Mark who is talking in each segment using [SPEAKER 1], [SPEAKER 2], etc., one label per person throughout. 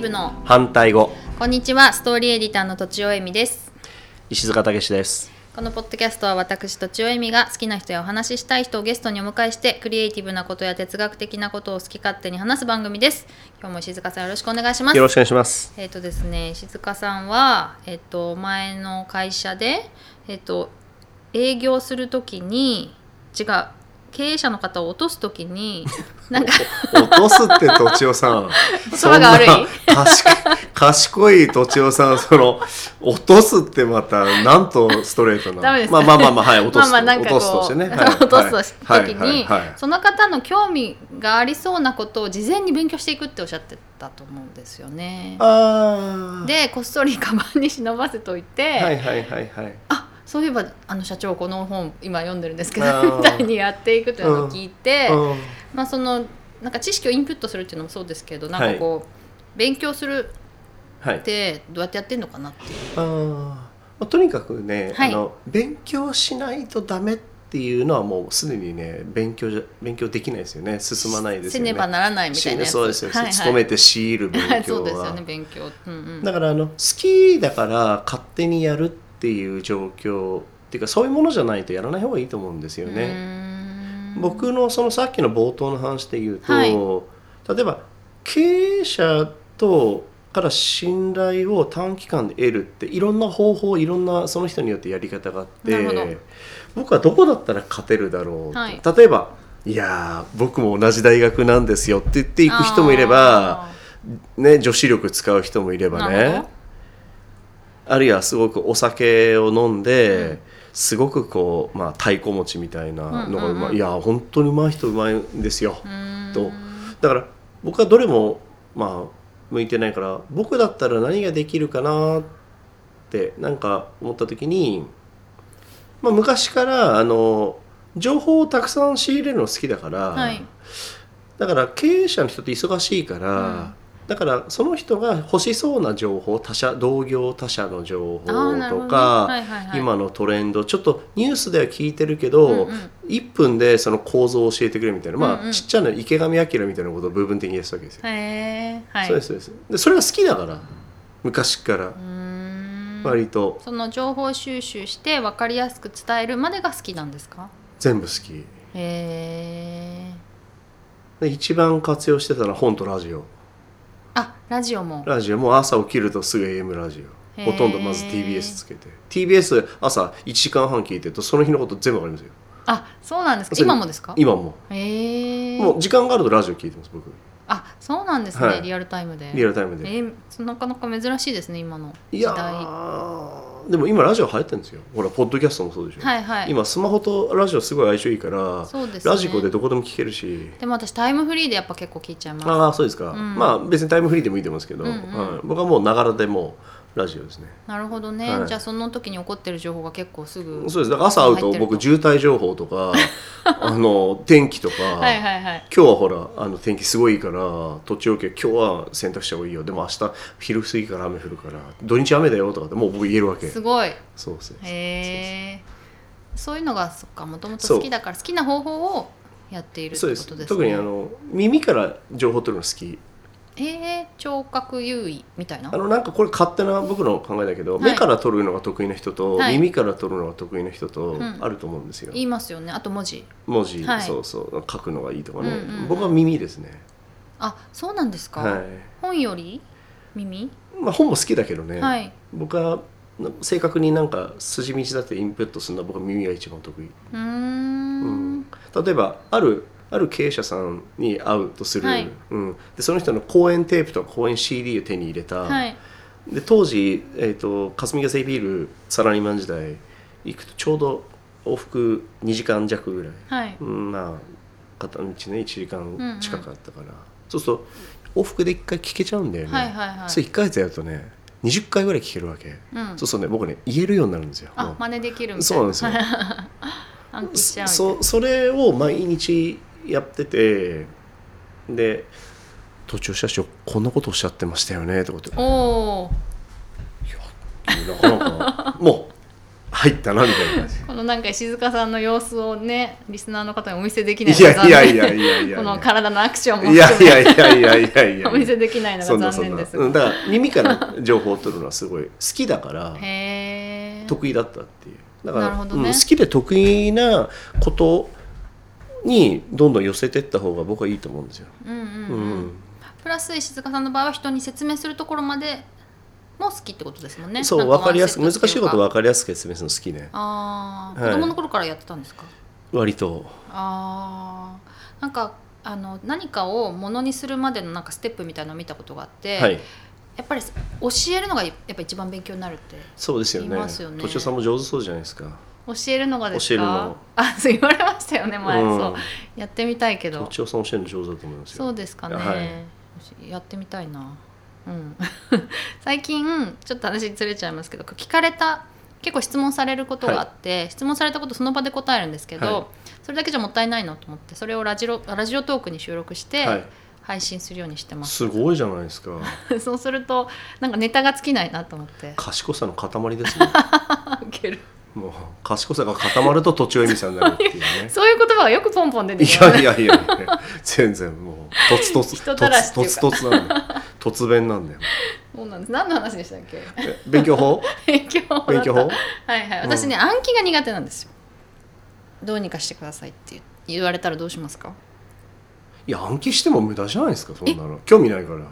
[SPEAKER 1] 部の
[SPEAKER 2] 反対語
[SPEAKER 1] こんにちはストーリーエディターのとちおえみです
[SPEAKER 2] 石塚武史です
[SPEAKER 1] このポッドキャストは私とちおえみが好きな人やお話ししたい人をゲストにお迎えしてクリエイティブなことや哲学的なことを好き勝手に話す番組です今日も石塚さんよろしくお願いします
[SPEAKER 2] よろしくお願いします
[SPEAKER 1] えっ、とですね石塚さんはえっ、と前の会社でえっ、と営業するときに違う経営者の方を落とすときになんか
[SPEAKER 2] 落とすってとちおさん
[SPEAKER 1] 言葉が悪い
[SPEAKER 2] そんな賢い賢いとちおさんその落とすってまたなんとストレートな
[SPEAKER 1] ダメです
[SPEAKER 2] ま
[SPEAKER 1] か
[SPEAKER 2] あまあまあま あはい落とすと
[SPEAKER 1] まあまあなん
[SPEAKER 2] 落
[SPEAKER 1] かこ
[SPEAKER 2] とすとして
[SPEAKER 1] う、
[SPEAKER 2] ね、はい
[SPEAKER 1] 落とすとした時に、
[SPEAKER 2] はいはいはい
[SPEAKER 1] その方の興味がありそうなことを事前に勉強していくっておっしゃってたと思うんですよね。
[SPEAKER 2] あー
[SPEAKER 1] でこっそりカバンに忍ばせといて、
[SPEAKER 2] はいはいはいはい
[SPEAKER 1] あそういえばあの社長この本今読んでるんですけ
[SPEAKER 2] あ
[SPEAKER 1] ど
[SPEAKER 2] ー
[SPEAKER 1] みたいにやっていくというのを聞いて、
[SPEAKER 2] うん
[SPEAKER 1] まあ、そのなんか知識をインプットするっていうのもそうですけどなんかこう、勉強する
[SPEAKER 2] はい
[SPEAKER 1] ってどうやってやってんのかなっていう。
[SPEAKER 2] あーまあとにかくね、
[SPEAKER 1] はい
[SPEAKER 2] あの勉強しないとダメっていうのはもうすでにね勉強じゃ勉強できないですよね進まないです
[SPEAKER 1] せ
[SPEAKER 2] よね。
[SPEAKER 1] ねばならないみたいなやつ。
[SPEAKER 2] そうですよ、
[SPEAKER 1] はいはい
[SPEAKER 2] 勤めて強いる勉強は。
[SPEAKER 1] そうですよね勉強。うんうん。
[SPEAKER 2] だからあの好きだから勝手にやるっていう状況っていうかそういうものじゃないとやらない方がいいと思うんですよね。
[SPEAKER 1] ね
[SPEAKER 2] 僕のそのさっきの冒頭の話で言うと、
[SPEAKER 1] はい
[SPEAKER 2] 例えば経営者とから信頼を短期間で得るっていろんな方法いろんなその人によってやり方があっ
[SPEAKER 1] なるほど
[SPEAKER 2] て僕はどこだったら勝てるだろう、
[SPEAKER 1] はい
[SPEAKER 2] 例えば「いやー僕も同じ大学なんですよ」って言っていく人もいれば、ね、女子力使う人もいれ
[SPEAKER 1] あー
[SPEAKER 2] ば
[SPEAKER 1] なる
[SPEAKER 2] ね
[SPEAKER 1] ほど
[SPEAKER 2] あるいはすごくお酒を飲んで、
[SPEAKER 1] うん
[SPEAKER 2] すごくこう、まあ、太鼓持ちみたいなのがうま
[SPEAKER 1] うんう
[SPEAKER 2] い、
[SPEAKER 1] んうん
[SPEAKER 2] いや本当にうまい人うまいんですよ、
[SPEAKER 1] うーん
[SPEAKER 2] とだから僕はどれも、まあ、向いてないから僕だったら何ができるかなってなんか思った時に、まあ、昔からあの情報をたくさん仕入れるの好きだから、
[SPEAKER 1] はい
[SPEAKER 2] だから経営者の人って忙しいから、
[SPEAKER 1] うん
[SPEAKER 2] だからその人が欲しそうな情報他社同業他社の情報
[SPEAKER 1] あーなるほ
[SPEAKER 2] と
[SPEAKER 1] どね
[SPEAKER 2] か、
[SPEAKER 1] はいはいはい
[SPEAKER 2] 今のトレンドちょっとニュースでは聞いてるけど、
[SPEAKER 1] うんうん
[SPEAKER 2] 1分でその構造を教えてくれみたいな、まあ
[SPEAKER 1] うんうん
[SPEAKER 2] ちっちゃな池上彰みたいなことを部分的にやってたわけですよ。
[SPEAKER 1] へえはい
[SPEAKER 2] そうですそうですでそれが好きだから昔から
[SPEAKER 1] うーん
[SPEAKER 2] 割と
[SPEAKER 1] その情報収集して分かりやすく伝えるまでが好きなんですか
[SPEAKER 2] 全部好き
[SPEAKER 1] へえ
[SPEAKER 2] で一番活用してたのは本とラジオ
[SPEAKER 1] あラジオも
[SPEAKER 2] ラジオもう朝起きるとすぐ AM ラジオ
[SPEAKER 1] へー
[SPEAKER 2] ほとんどまず TBS つけて TBS 朝1時間半聞いてるとその日のこと全部わかりますよ
[SPEAKER 1] あそうなんですか
[SPEAKER 2] それ
[SPEAKER 1] 今もですか
[SPEAKER 2] 今も
[SPEAKER 1] へえ
[SPEAKER 2] もう時間があるとラジオ聞いてます僕
[SPEAKER 1] あそうなんですね、
[SPEAKER 2] はい
[SPEAKER 1] リアルタイムで
[SPEAKER 2] リアルタイムで
[SPEAKER 1] えーそなかなか珍しいですね今の
[SPEAKER 2] い
[SPEAKER 1] 時
[SPEAKER 2] や
[SPEAKER 1] 代
[SPEAKER 2] ーでも今ラジオ流行ってるんですよほらポッドキャストもそうでしょ、
[SPEAKER 1] はいはい
[SPEAKER 2] 今スマホとラジオすごい相性いいから、
[SPEAKER 1] そうですね
[SPEAKER 2] ラジコでどこでも聞けるし
[SPEAKER 1] でも私タイムフリーでやっぱ結構聞いちゃいます
[SPEAKER 2] ああそうですか、
[SPEAKER 1] うん
[SPEAKER 2] まあ別にタイムフリーでもいいと思うんですけど、
[SPEAKER 1] うんうん
[SPEAKER 2] はい僕はもうながらでもうラジオですね
[SPEAKER 1] なるほどね、
[SPEAKER 2] はい
[SPEAKER 1] じゃあその時に起こってる情報が結構すぐ
[SPEAKER 2] そうですだから朝会うと僕
[SPEAKER 1] 十
[SPEAKER 2] 渋滞情報 とかあの天気とか、
[SPEAKER 1] はいはいはい
[SPEAKER 2] 今日はほらあの天気すごいいいから土地を今日は洗濯した方がいいよでも明日昼過ぎから雨降るから土日雨だよとかってもう僕言えるわけ
[SPEAKER 1] すごいへ
[SPEAKER 2] そうですね
[SPEAKER 1] えそういうのがそっかもともと好きだから好きな方法をやっているって
[SPEAKER 2] そう
[SPEAKER 1] こ
[SPEAKER 2] で
[SPEAKER 1] とですね
[SPEAKER 2] す特にあの耳から情報取るの好き
[SPEAKER 1] ええ聴覚優位みたいな
[SPEAKER 2] あのなんかこれ勝手な僕の考えだけど、
[SPEAKER 1] はい
[SPEAKER 2] 目から取るのが得意な人と、
[SPEAKER 1] はい
[SPEAKER 2] 耳から取るのが得意な人と
[SPEAKER 1] うん
[SPEAKER 2] あると思うんですよ、
[SPEAKER 1] 言いますよねあと文字
[SPEAKER 2] 文字、
[SPEAKER 1] はい
[SPEAKER 2] そうそう書くのがいいとかね、
[SPEAKER 1] うんうんうん
[SPEAKER 2] 僕は耳ですね
[SPEAKER 1] あそうなんですか、
[SPEAKER 2] はい
[SPEAKER 1] 本より耳、
[SPEAKER 2] まあ本も好きだけどね、
[SPEAKER 1] はい
[SPEAKER 2] 僕は正確になんか筋道だってインプットするのは僕は耳が一番得意
[SPEAKER 1] うーん
[SPEAKER 2] うん例えばあるある経営者さんに会うとする、
[SPEAKER 1] はい
[SPEAKER 2] うん、でその人の講演テープとか講演 CD を手に入れた、
[SPEAKER 1] はい
[SPEAKER 2] で当時、えー、と霞ヶ関ビールサラリーマン時代行くとちょうど往復2時間弱ぐらい、
[SPEAKER 1] はい
[SPEAKER 2] うん、まあ片道ね1時間近くあったから、そうすると往復で1回聞けちゃうんだよね、
[SPEAKER 1] はいはいはい
[SPEAKER 2] それ1ヶ月やるとね20回ぐらい聞けるわけ、
[SPEAKER 1] うん
[SPEAKER 2] そうするとね僕ね言えるようになるんですよも
[SPEAKER 1] あ
[SPEAKER 2] う
[SPEAKER 1] 真似できるみたいな
[SPEAKER 2] そうなんですよ
[SPEAKER 1] 暗記しちゃうみたいな
[SPEAKER 2] そそれを毎日やっててで「途中社長こんなことおっしゃって ましたよね」とかって
[SPEAKER 1] おお
[SPEAKER 2] なかなかもう入ったなみたいな感じ
[SPEAKER 1] このなんか静香さんの様子をねリスナーの方にお見せで きない
[SPEAKER 2] い
[SPEAKER 1] のが
[SPEAKER 2] や
[SPEAKER 1] 残
[SPEAKER 2] いや
[SPEAKER 1] 念
[SPEAKER 2] いやいやいや
[SPEAKER 1] この体のアクションも
[SPEAKER 2] いやいやいやいやいやいや
[SPEAKER 1] お見せできないの
[SPEAKER 2] そん
[SPEAKER 1] が
[SPEAKER 2] な
[SPEAKER 1] 残
[SPEAKER 2] そん
[SPEAKER 1] 念
[SPEAKER 2] な
[SPEAKER 1] です
[SPEAKER 2] うんだから耳から情報を取るのはすごい好きだから
[SPEAKER 1] へえ
[SPEAKER 2] 得意だったっていうだか
[SPEAKER 1] なる
[SPEAKER 2] ら、
[SPEAKER 1] ほ
[SPEAKER 2] うん
[SPEAKER 1] どね
[SPEAKER 2] 好きで得意なことにどんどん寄せてった方が僕はいいと思うんですよ、
[SPEAKER 1] うんうん
[SPEAKER 2] う
[SPEAKER 1] うんん、プラス静香さんの場合は人に説明するところまでも好きってことですもんね
[SPEAKER 2] そう
[SPEAKER 1] なん
[SPEAKER 2] 分かりやすく
[SPEAKER 1] ワン
[SPEAKER 2] 難
[SPEAKER 1] セ
[SPEAKER 2] し
[SPEAKER 1] ットって
[SPEAKER 2] いう
[SPEAKER 1] うか
[SPEAKER 2] こと分かりやすく説明するの好きね
[SPEAKER 1] ああ、
[SPEAKER 2] はい
[SPEAKER 1] 子供の頃からやってたんですか
[SPEAKER 2] 割と
[SPEAKER 1] ああなんかあの何かをものにするまでのなんかステップみたいなのを見たことがあって、
[SPEAKER 2] はい
[SPEAKER 1] やっぱり教えるのがやっぱ一番勉強になるって
[SPEAKER 2] そうですよね
[SPEAKER 1] いますよね
[SPEAKER 2] 敏夫さんも上手そうじゃないですか
[SPEAKER 1] 教えるのがですか
[SPEAKER 2] 教えるの
[SPEAKER 1] あそう言われましたよね前、
[SPEAKER 2] うん
[SPEAKER 1] そうやってみたいけど
[SPEAKER 2] 敏夫さん教えるの上手だと思いますよ
[SPEAKER 1] そうですかね、
[SPEAKER 2] は
[SPEAKER 1] やってみたいな、うん、 最近ちょっと話ずれちゃいますけど聞かれた結構質問されることがあって、質問されたことその場で答えるんですけど、
[SPEAKER 2] はい
[SPEAKER 1] それだけじゃもったいないのと思ってそれをラジロラジオトークに収録して
[SPEAKER 2] はい
[SPEAKER 1] 配信するようにしてます、
[SPEAKER 2] すごいじゃないですか
[SPEAKER 1] そうするとなんかネタが尽きないなと思って
[SPEAKER 2] 賢さの塊です ね
[SPEAKER 1] あウケる
[SPEAKER 2] もう賢さが固まると途中恵美さんになるっていうね
[SPEAKER 1] そういう言葉がよくポンポン出て
[SPEAKER 2] い
[SPEAKER 1] きます
[SPEAKER 2] やいやいやいや全然もうとつと つ
[SPEAKER 1] 人
[SPEAKER 2] と
[SPEAKER 1] たらし
[SPEAKER 2] つ
[SPEAKER 1] ってい
[SPEAKER 2] と
[SPEAKER 1] うか
[SPEAKER 2] つとつなんだ よ突弁なんだよ
[SPEAKER 1] そうなんです何の話でしたっけ
[SPEAKER 2] え勉強法
[SPEAKER 1] 勉強法だった
[SPEAKER 2] 勉強法
[SPEAKER 1] はいはい、
[SPEAKER 2] うん
[SPEAKER 1] 私ね暗記が苦手なんですよどうにかしてくださいって言われたらどうしますか
[SPEAKER 2] いや暗記しても無駄じゃないですかそんなの興味ないからだか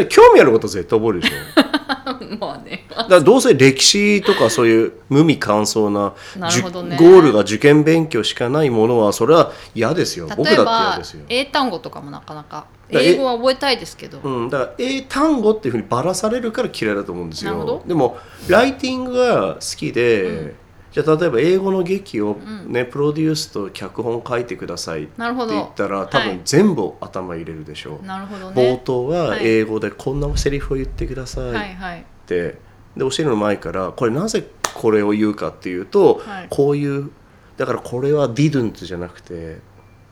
[SPEAKER 2] ら興味あることは絶対覚えるでしょ
[SPEAKER 1] まあね
[SPEAKER 2] だからどうせ歴史とかそういう無味乾燥な
[SPEAKER 1] なるほどね
[SPEAKER 2] じゅゴールが受験勉強しかないものはそれは嫌ですよ僕だっ
[SPEAKER 1] 例え
[SPEAKER 2] て嫌
[SPEAKER 1] ば
[SPEAKER 2] ですよ、
[SPEAKER 1] 英単語とかもなかなか
[SPEAKER 2] だ
[SPEAKER 1] 英語は覚えたいですけど、
[SPEAKER 2] うん、だから英単語っていうふうにばらされるから嫌いだと思うんです
[SPEAKER 1] なるほ
[SPEAKER 2] よ
[SPEAKER 1] ど
[SPEAKER 2] でもライティングが好きで、
[SPEAKER 1] うん
[SPEAKER 2] じゃあ例えば英語の劇を、
[SPEAKER 1] ん
[SPEAKER 2] ねプロデュースと脚本書いてくださいって
[SPEAKER 1] なるほ
[SPEAKER 2] 言っ
[SPEAKER 1] ど
[SPEAKER 2] たら
[SPEAKER 1] い
[SPEAKER 2] 多分全部頭入れるでしょう、
[SPEAKER 1] なるほど
[SPEAKER 2] 冒
[SPEAKER 1] ね
[SPEAKER 2] 頭は
[SPEAKER 1] はい
[SPEAKER 2] 英語でこんなセリフを言ってください
[SPEAKER 1] はいはい
[SPEAKER 2] って、で教えるの前からこれなぜこれを言うかっていうと、
[SPEAKER 1] はい
[SPEAKER 2] こういうだからこれは didn't じゃなくて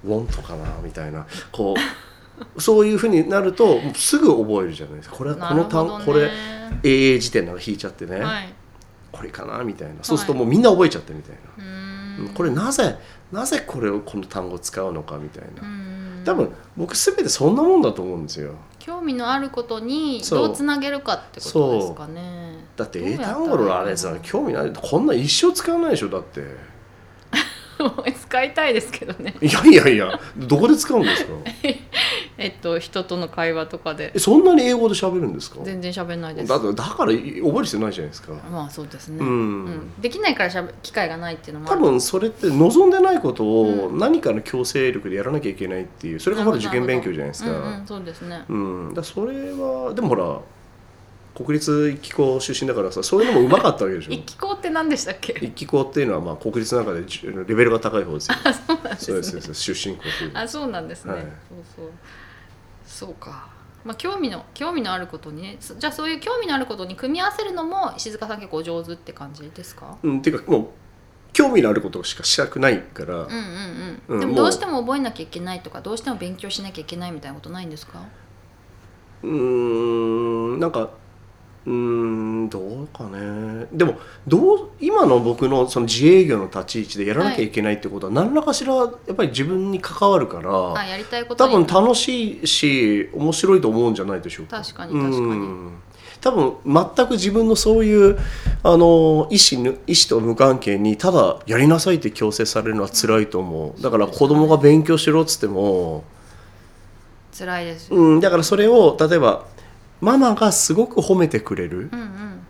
[SPEAKER 2] want かなみたいなこ うそういうふうになるともうすぐ覚えるじゃないですかこれはこの単、
[SPEAKER 1] なる
[SPEAKER 2] こ
[SPEAKER 1] ほどね
[SPEAKER 2] れ英英辞典なんか引いちゃってね、
[SPEAKER 1] はい
[SPEAKER 2] これかなみたいなそうするともうみんな覚えちゃってみたいな、
[SPEAKER 1] うーん
[SPEAKER 2] これなぜなぜこれをこの単語使うのかみたいな、
[SPEAKER 1] うーん
[SPEAKER 2] 多分僕全てそんなもんだと思うんですよ
[SPEAKER 1] 興味のあることに
[SPEAKER 2] そう
[SPEAKER 1] どうつなげるかってことですかね
[SPEAKER 2] だって
[SPEAKER 1] どうや
[SPEAKER 2] 英
[SPEAKER 1] ったら
[SPEAKER 2] 単語のあれさ興味ないこんなん一生使わないでしょだって。
[SPEAKER 1] 使いたいですけどね
[SPEAKER 2] いやいやいや、どこで使う んですか。
[SPEAKER 1] えっと人との会話とかで
[SPEAKER 2] えそんなに英語で喋るんですか。だ
[SPEAKER 1] 全然喋んないです
[SPEAKER 2] ってだからい覚える必要ないじゃないですか。
[SPEAKER 1] まあそうですね、
[SPEAKER 2] うん
[SPEAKER 1] うんできないからしゃべ機会がないっていうのもあ
[SPEAKER 2] 多
[SPEAKER 1] る
[SPEAKER 2] 分それって望んでないことを
[SPEAKER 1] う
[SPEAKER 2] 何かの強制力でやらなきゃいけないっていうそれがまだ受験勉強じゃないです
[SPEAKER 1] うんうん
[SPEAKER 2] か。
[SPEAKER 1] そうですね
[SPEAKER 2] うん、だからそれはでもほら国立一機構出身だからさそういうのもうまかったわけでし ょ
[SPEAKER 1] 一。気校って何でしたっけ
[SPEAKER 2] 一機構っていうのはまあ国立の中でじゅレベルが高い方ですよ。
[SPEAKER 1] あ そうなんです
[SPEAKER 2] そ
[SPEAKER 1] ね
[SPEAKER 2] うですそうです出身国。
[SPEAKER 1] あそうなんですね、
[SPEAKER 2] はい
[SPEAKER 1] そうそうそうかまあ興味の興味のあることにねそじゃあそういう興味のあることに組み合わせるのも石塚さん結構お上手って感じですか
[SPEAKER 2] うん、っていうかもう興味のあることしかしたくないから
[SPEAKER 1] うん。うんう
[SPEAKER 2] う
[SPEAKER 1] んん、でも
[SPEAKER 2] もう
[SPEAKER 1] どうしても覚えなきゃいけないとかどうしても勉強しなきゃいけないみたいなことないんですか
[SPEAKER 2] うーんなんかうーんどうかねでもどう今の僕のその自営業の立ち位置でやらなきゃいけないってことは何らかしらやっぱり自分に関わるから、
[SPEAKER 1] あやりたいこと
[SPEAKER 2] 多
[SPEAKER 1] に
[SPEAKER 2] 分楽しいし面白いと思うんじゃないでしょうか
[SPEAKER 1] 確かに確かに
[SPEAKER 2] うん多分全く自分のそういうあの意思ぬ意思と無関係にただやりなさいって強制されるのは辛いと思うだから子供が勉強しろっつっても
[SPEAKER 1] 辛いですよ、
[SPEAKER 2] うん、だからそれを例えばママがすごく褒めてくれる、
[SPEAKER 1] うん、うん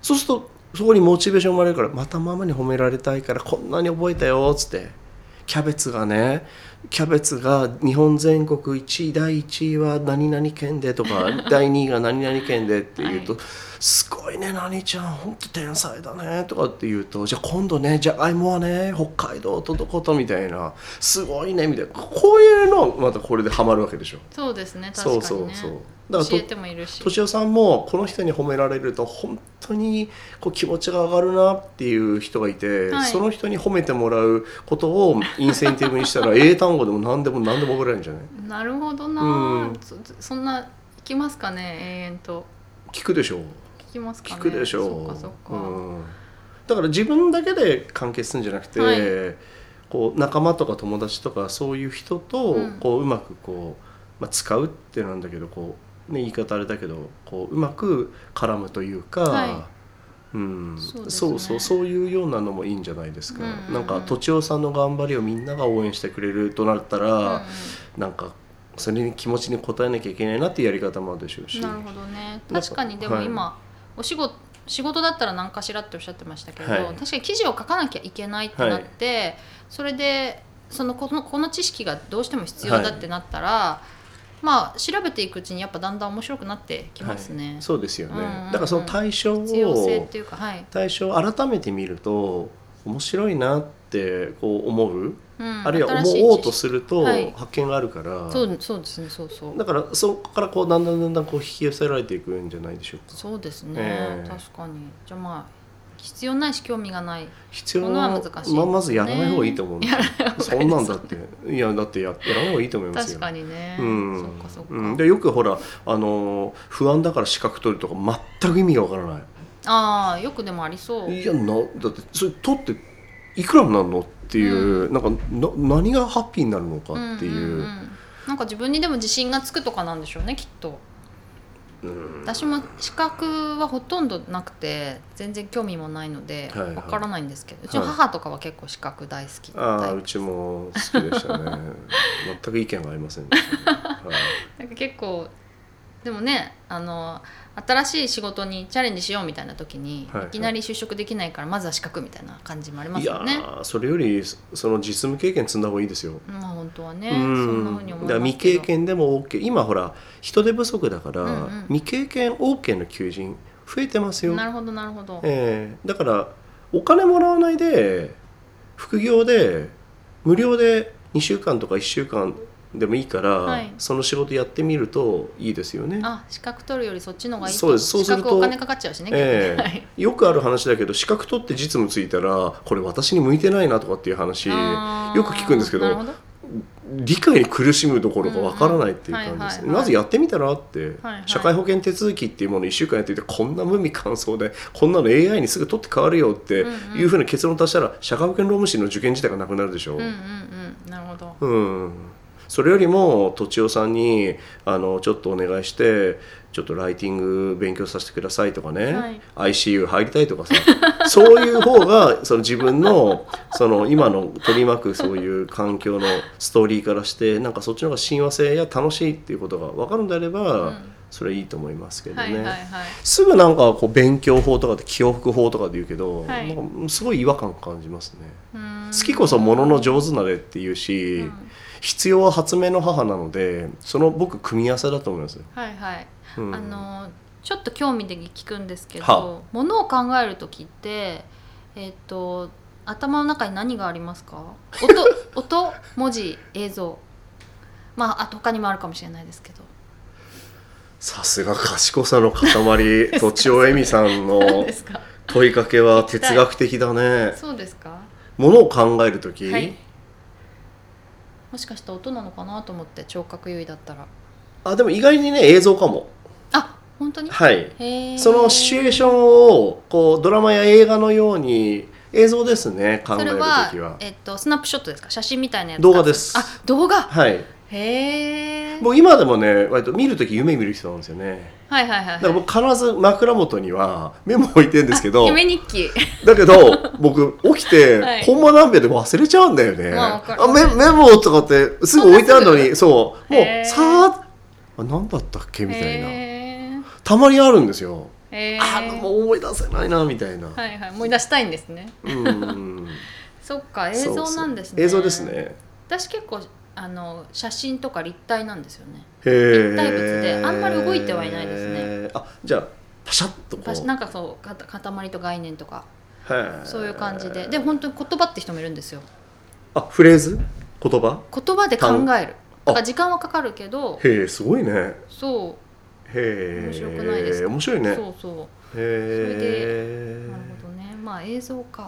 [SPEAKER 2] そうするとそこにモチベーション生まれるからまたママに褒められたいからこんなに覚えたよっつってキャベツがねキャベツが日本全国1位第1位は何々県でとか第2位が何々県でって言うと、すごいね何ちゃん本当天才だねとかって言うとじゃあ今度ねじゃがいもはね北海道とどことみたいなすごいねみたいなこういうのまたこれでハマるわけでしょ。
[SPEAKER 1] そうですね確か
[SPEAKER 2] そ
[SPEAKER 1] に
[SPEAKER 2] う
[SPEAKER 1] ね
[SPEAKER 2] そうそうだからと
[SPEAKER 1] 教えてもいるし
[SPEAKER 2] 敏夫さんもこの人に褒められると本当にこう気持ちが上がるなっていう人がいて、
[SPEAKER 1] はい
[SPEAKER 2] その人に褒めてもらうことをインセンティブにしたら英単語でも何でも何でも覚えられるんじゃない
[SPEAKER 1] なるほどな、
[SPEAKER 2] うん
[SPEAKER 1] そそんな聞きますかね永遠と
[SPEAKER 2] 聞くでしょう
[SPEAKER 1] 聞きますかね
[SPEAKER 2] 聞くでしょう
[SPEAKER 1] そっかそっか、
[SPEAKER 2] うんだだから自分だけで完結するんじゃなくて、
[SPEAKER 1] はい
[SPEAKER 2] こう仲間とか友達とかそういう人と
[SPEAKER 1] うん
[SPEAKER 2] こう,、うまくこう、まあ、使うってなんだけどこう、ね、言い方あれだけどこううまく絡むというか、
[SPEAKER 1] は
[SPEAKER 2] うん
[SPEAKER 1] そうですね
[SPEAKER 2] そうそうそういうようなのもいいんじゃないですか、
[SPEAKER 1] うんうんうん
[SPEAKER 2] なんかとちおさんの頑張りをみんなが応援してくれるとなったら、なんかそれに気持ちに応えなきゃいけないなっていうやり方もあるでしょう
[SPEAKER 1] う
[SPEAKER 2] し
[SPEAKER 1] ん、なるほどね
[SPEAKER 2] なんか
[SPEAKER 1] 確かにでも
[SPEAKER 2] はい
[SPEAKER 1] 今、お仕事仕事だったら何かしらっておっしゃってましたけど、
[SPEAKER 2] はい
[SPEAKER 1] 確かに記事を書かなきゃいけないってなって、それでそのこのこの知識がどうしても必要だってなったら、まあ調べていくうちにやっぱだんだん面白くなってきますね。
[SPEAKER 2] はい、そうですよね、
[SPEAKER 1] うんうんうん
[SPEAKER 2] だからその対象
[SPEAKER 1] 必要性
[SPEAKER 2] を
[SPEAKER 1] っていうかはい、
[SPEAKER 2] 対象を改めて見ると面白いなってこう思う、
[SPEAKER 1] うん、
[SPEAKER 2] あるいは
[SPEAKER 1] 新しい知識
[SPEAKER 2] 思おうとすると
[SPEAKER 1] はい
[SPEAKER 2] 発見があるから、
[SPEAKER 1] そうそうですねそうそう
[SPEAKER 2] だからそこからこうだんだんだんだんこう引き寄せられていくんじゃないでしょうか
[SPEAKER 1] そうですね、
[SPEAKER 2] ええ
[SPEAKER 1] 確かにじゃあまあ必要ないし興味がない
[SPEAKER 2] 必要
[SPEAKER 1] もの
[SPEAKER 2] な
[SPEAKER 1] は難しい
[SPEAKER 2] まあまずやらない方がいいと思うんですよ、そんなんだっていやだってややらない方がいいと思います
[SPEAKER 1] 確
[SPEAKER 2] よ
[SPEAKER 1] かにね、
[SPEAKER 2] うん
[SPEAKER 1] そっかそっか、
[SPEAKER 2] うん、でよくほらあのー不安だから資格取るとか全く意味がわからない
[SPEAKER 1] ああよくでもありそう
[SPEAKER 2] いやなだってそれ取っていくらになるのっていう、なんかな何がハッピーになるのかっていう,、
[SPEAKER 1] んんんなんか自分にでも自信がつくとかなんでしょうねきっと
[SPEAKER 2] うん
[SPEAKER 1] 私も資格はほとんどなくて全然興味もないので
[SPEAKER 2] はいはい
[SPEAKER 1] わからないんですけど、うちの
[SPEAKER 2] はい
[SPEAKER 1] 母とかは結構資格大好き
[SPEAKER 2] あ
[SPEAKER 1] タ
[SPEAKER 2] あ
[SPEAKER 1] イプ
[SPEAKER 2] うちも好きでしたね 全く意見が合いませんでしたね、はい
[SPEAKER 1] なんか結構でもねあの新しい仕事にチャレンジしようみたいな時に、
[SPEAKER 2] はい
[SPEAKER 1] い
[SPEAKER 2] はい
[SPEAKER 1] きなり就職できないからまずは資格みたいな感じもありま
[SPEAKER 2] い
[SPEAKER 1] す
[SPEAKER 2] や
[SPEAKER 1] よね。
[SPEAKER 2] ーそれよりそその実務経験積んだ方がいいですよ。
[SPEAKER 1] まあ本当はね、
[SPEAKER 2] う
[SPEAKER 1] そんな風
[SPEAKER 2] ん、
[SPEAKER 1] に
[SPEAKER 2] だ
[SPEAKER 1] 思いますけど
[SPEAKER 2] から未経験でも OK 今ほら人手不足だから、
[SPEAKER 1] うんうん
[SPEAKER 2] 未経験 OK の求人増えてますよ、
[SPEAKER 1] なるほどなるほど、
[SPEAKER 2] ええだからお金もらわないで副業で無料で2週間とか1週間でもいいから、
[SPEAKER 1] はい
[SPEAKER 2] その仕事やってみるといいですよね。
[SPEAKER 1] あ資格取るよりそっちの方がいいと
[SPEAKER 2] そうですそうすると
[SPEAKER 1] 資格お金かかっちゃうしね、
[SPEAKER 2] え
[SPEAKER 1] 逆にはい
[SPEAKER 2] よくある話だけど資格取って実務ついたらこれ私に向いてないなとかっていう話
[SPEAKER 1] あー
[SPEAKER 2] よく聞くんですけど
[SPEAKER 1] なるほど
[SPEAKER 2] 理解に苦しむどころかわからないっていう感じです
[SPEAKER 1] うん
[SPEAKER 2] ね
[SPEAKER 1] うんはいはいはい
[SPEAKER 2] まずやってみたらって、
[SPEAKER 1] はい
[SPEAKER 2] 社会保険手続きっていうものを1週間やっていてこんな無味乾燥でこんなの AI にすぐ取って変わるよって
[SPEAKER 1] うんうん
[SPEAKER 2] いうふうな結論を出したら社会保険労務士の受験自体がなくなるでしょ
[SPEAKER 1] うんうんうんなるほど
[SPEAKER 2] うん、それよりもとちおさんにあのちょっとお願いしてちょっとライティング勉強させてくださいとかね、ICU 入りたいとかさそういう方がその自分のその今の取り巻くそういう環境のストーリーからしてなんかそっちの方が親和性や楽しいっていうことが分かるんであれば、
[SPEAKER 1] うん
[SPEAKER 2] それいいと思いますけどね。
[SPEAKER 1] はいはいはい
[SPEAKER 2] すぐなんかこう勉強法とかって記憶法とかで言うけど、
[SPEAKER 1] はい
[SPEAKER 2] なんかすごい違和感感じますね。
[SPEAKER 1] 好
[SPEAKER 2] 好きこそものの上手なれっていうし、
[SPEAKER 1] うん
[SPEAKER 2] 必要は発明の母なのでその僕組み合わせだと思いますよ、
[SPEAKER 1] はいはい
[SPEAKER 2] うん
[SPEAKER 1] あのちょっと興味で聞くんですけ
[SPEAKER 2] は
[SPEAKER 1] ど、ものを考える時って、えっと頭の中に何がありますか？ 音、音、文字、映像。まああと他にもあるかもしれないですけど。
[SPEAKER 2] さすが賢さ の塊とちおえみさん
[SPEAKER 1] 何
[SPEAKER 2] の
[SPEAKER 1] ですか？
[SPEAKER 2] 問いかけは哲学的だね
[SPEAKER 1] そうですか？
[SPEAKER 2] ものを考える時、
[SPEAKER 1] はい。もしかしたら音なのかなと思って聴覚優位だったら。
[SPEAKER 2] あでも意外にね映像かも
[SPEAKER 1] あ、本当に？
[SPEAKER 2] はい
[SPEAKER 1] へえ。
[SPEAKER 2] そのシチュエーションをこうドラマや映画のように映像ですね考え
[SPEAKER 1] そ
[SPEAKER 2] る
[SPEAKER 1] れ
[SPEAKER 2] 時
[SPEAKER 1] は
[SPEAKER 2] は
[SPEAKER 1] えっとスナップショットですか？写真みたいなやつ。
[SPEAKER 2] 動画です
[SPEAKER 1] あ、動画。
[SPEAKER 2] はい
[SPEAKER 1] へえ。
[SPEAKER 2] もう今でもね割と見る時夢見る人なんですよね
[SPEAKER 1] はいはいはい
[SPEAKER 2] だか
[SPEAKER 1] はい。
[SPEAKER 2] ら僕必ず枕元にはメモ置いてるんですけど
[SPEAKER 1] 夢日記。
[SPEAKER 2] だけど僕起きて、
[SPEAKER 1] はい
[SPEAKER 2] コンマ何秒で忘れちゃうんだよね、
[SPEAKER 1] まあわかる
[SPEAKER 2] あメメモとかってすぐ置いてあるのにそうもう
[SPEAKER 1] へー
[SPEAKER 2] さーっあ何だったっけ みたいな
[SPEAKER 1] へー
[SPEAKER 2] たまにあるんですよ、
[SPEAKER 1] へー
[SPEAKER 2] あもう思い出せないなみたいな、
[SPEAKER 1] はいはい思い出したいんですね
[SPEAKER 2] うん
[SPEAKER 1] そっか映
[SPEAKER 2] そうそう
[SPEAKER 1] 像なんですね
[SPEAKER 2] 映像ですね
[SPEAKER 1] 私結構あの写真とか立体なんですよね
[SPEAKER 2] へえ
[SPEAKER 1] 立体物であんまり動いてはいないですね
[SPEAKER 2] あじゃあパシャッとこ
[SPEAKER 1] パシ
[SPEAKER 2] う
[SPEAKER 1] なんかそうかた塊と概念とか
[SPEAKER 2] はい
[SPEAKER 1] そういう感じでで本当に言葉って人もいるんですよ
[SPEAKER 2] あフレーズ言葉
[SPEAKER 1] 言葉で考える
[SPEAKER 2] あ
[SPEAKER 1] だから時間はかかるけど
[SPEAKER 2] へえすごいね
[SPEAKER 1] そ
[SPEAKER 2] へえ
[SPEAKER 1] 面白くないですか、
[SPEAKER 2] 面白いうね
[SPEAKER 1] そうそう
[SPEAKER 2] へえ
[SPEAKER 1] なるほどねまあ映像か、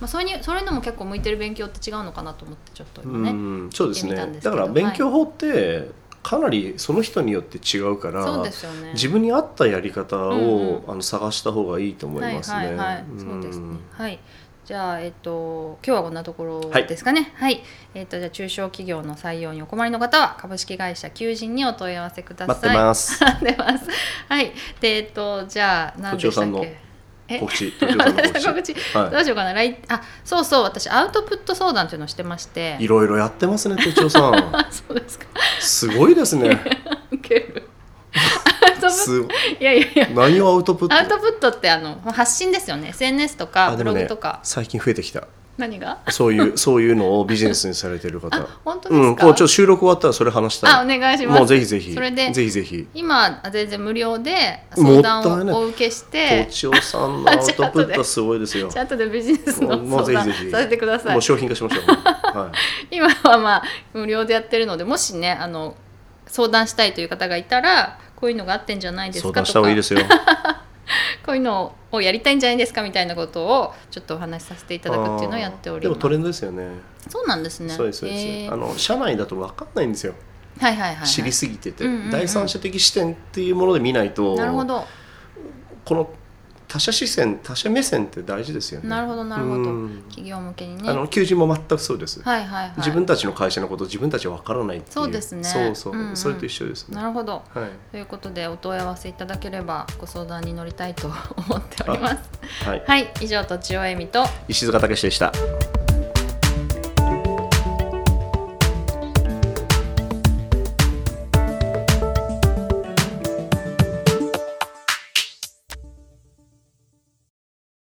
[SPEAKER 1] まあ、それにそれのも結構向いてる勉強って違うのかなと思ってちょっと今ね、
[SPEAKER 2] うん、そうです
[SPEAKER 1] 見てみた
[SPEAKER 2] ね
[SPEAKER 1] んですけ
[SPEAKER 2] だ
[SPEAKER 1] ど
[SPEAKER 2] から勉強法って、かなりその人によって違うから
[SPEAKER 1] そうですよね
[SPEAKER 2] 自分に合ったやり方を、
[SPEAKER 1] うんうん
[SPEAKER 2] あの探した方がいいと思いますね。
[SPEAKER 1] はいはいはい、そうですね。はい。じゃあえっと今日はこんなところですかね。はい。えっとじゃあ中小企業の採用にお困りの方は株式会社求人にお問い合わせくださ
[SPEAKER 2] 待
[SPEAKER 1] い。
[SPEAKER 2] ってます。
[SPEAKER 1] 待ってます。はい。でえっとじゃあ何でしたっ
[SPEAKER 2] とちおさんの
[SPEAKER 1] け。え
[SPEAKER 2] 告知、とちおさんの告
[SPEAKER 1] 私の告知
[SPEAKER 2] 知。
[SPEAKER 1] ど
[SPEAKER 2] は
[SPEAKER 1] うしようかな。来あそうそう私アウトプット相談というのをしてまして
[SPEAKER 2] い。い。ろいろやってますね、とちおさん。
[SPEAKER 1] あそうですか。
[SPEAKER 2] すごいですね。
[SPEAKER 1] 受ける。 アウトプッ
[SPEAKER 2] すご
[SPEAKER 1] トいやいやいや。
[SPEAKER 2] 何をアウトプット。
[SPEAKER 1] アウトプットってあの発信ですよね。SNS とか
[SPEAKER 2] あ
[SPEAKER 1] ブ
[SPEAKER 2] で
[SPEAKER 1] ロ
[SPEAKER 2] も
[SPEAKER 1] グ
[SPEAKER 2] ね
[SPEAKER 1] とか、
[SPEAKER 2] 最近増えてきた。
[SPEAKER 1] 何が。
[SPEAKER 2] そういうそういうのをビジネスにされてる方。
[SPEAKER 1] あ本当ですか。
[SPEAKER 2] うん、こうちょっと収録終わったらそれ話したい。
[SPEAKER 1] あお願いします
[SPEAKER 2] もうぜひぜひ。
[SPEAKER 1] それで
[SPEAKER 2] ぜひぜひ。
[SPEAKER 1] 今全然無料で相
[SPEAKER 2] もったい
[SPEAKER 1] 談
[SPEAKER 2] ない
[SPEAKER 1] をお受けし
[SPEAKER 2] と
[SPEAKER 1] て
[SPEAKER 2] ちお さんのアウトプットすごいですよ
[SPEAKER 1] チ。ャートでビジネス
[SPEAKER 2] も
[SPEAKER 1] の
[SPEAKER 2] うもうぜ
[SPEAKER 1] 相
[SPEAKER 2] ひ
[SPEAKER 1] 談
[SPEAKER 2] ぜひ。
[SPEAKER 1] させてくださ
[SPEAKER 2] も
[SPEAKER 1] いう
[SPEAKER 2] 商品化しま しょう。は
[SPEAKER 1] 今はまあ無料でやってるのでもしねあの相談したいという方がいたらこういうのがあってんじゃない
[SPEAKER 2] い。
[SPEAKER 1] です
[SPEAKER 2] 相
[SPEAKER 1] か
[SPEAKER 2] 談
[SPEAKER 1] と
[SPEAKER 2] した
[SPEAKER 1] か
[SPEAKER 2] 方がいいですよ。
[SPEAKER 1] こういうのをやりたいんじゃないですかみたいなことをちょっとお話しさせていただくっていうのをやっており
[SPEAKER 2] でも
[SPEAKER 1] ます
[SPEAKER 2] トレンドですよね。
[SPEAKER 1] そうなんですね
[SPEAKER 2] そうですそうです。
[SPEAKER 1] へー
[SPEAKER 2] あの社内だと分かんないんですよ。
[SPEAKER 1] はいはいはい、はい、
[SPEAKER 2] 知りすぎてて
[SPEAKER 1] うんうんうん
[SPEAKER 2] 第三者的視点っていうもので見ないと、
[SPEAKER 1] なるほど
[SPEAKER 2] この他者視線他者目線って大事ですよね。
[SPEAKER 1] なるほどなるほど
[SPEAKER 2] うん
[SPEAKER 1] 企業向けにね
[SPEAKER 2] あ
[SPEAKER 1] は
[SPEAKER 2] の求人も全くそうです。
[SPEAKER 1] いはいはい
[SPEAKER 2] 自分たちの会社のこと自分たちは分からないっていう
[SPEAKER 1] そうですね
[SPEAKER 2] そうそう、
[SPEAKER 1] うんうん
[SPEAKER 2] それと一緒ですね
[SPEAKER 1] なるほど
[SPEAKER 2] はい、
[SPEAKER 1] ということでお問い合わせいただければご相談に乗りたいと思っております。
[SPEAKER 2] はい、
[SPEAKER 1] はい、以上とちおえみと
[SPEAKER 2] 石塚武史でした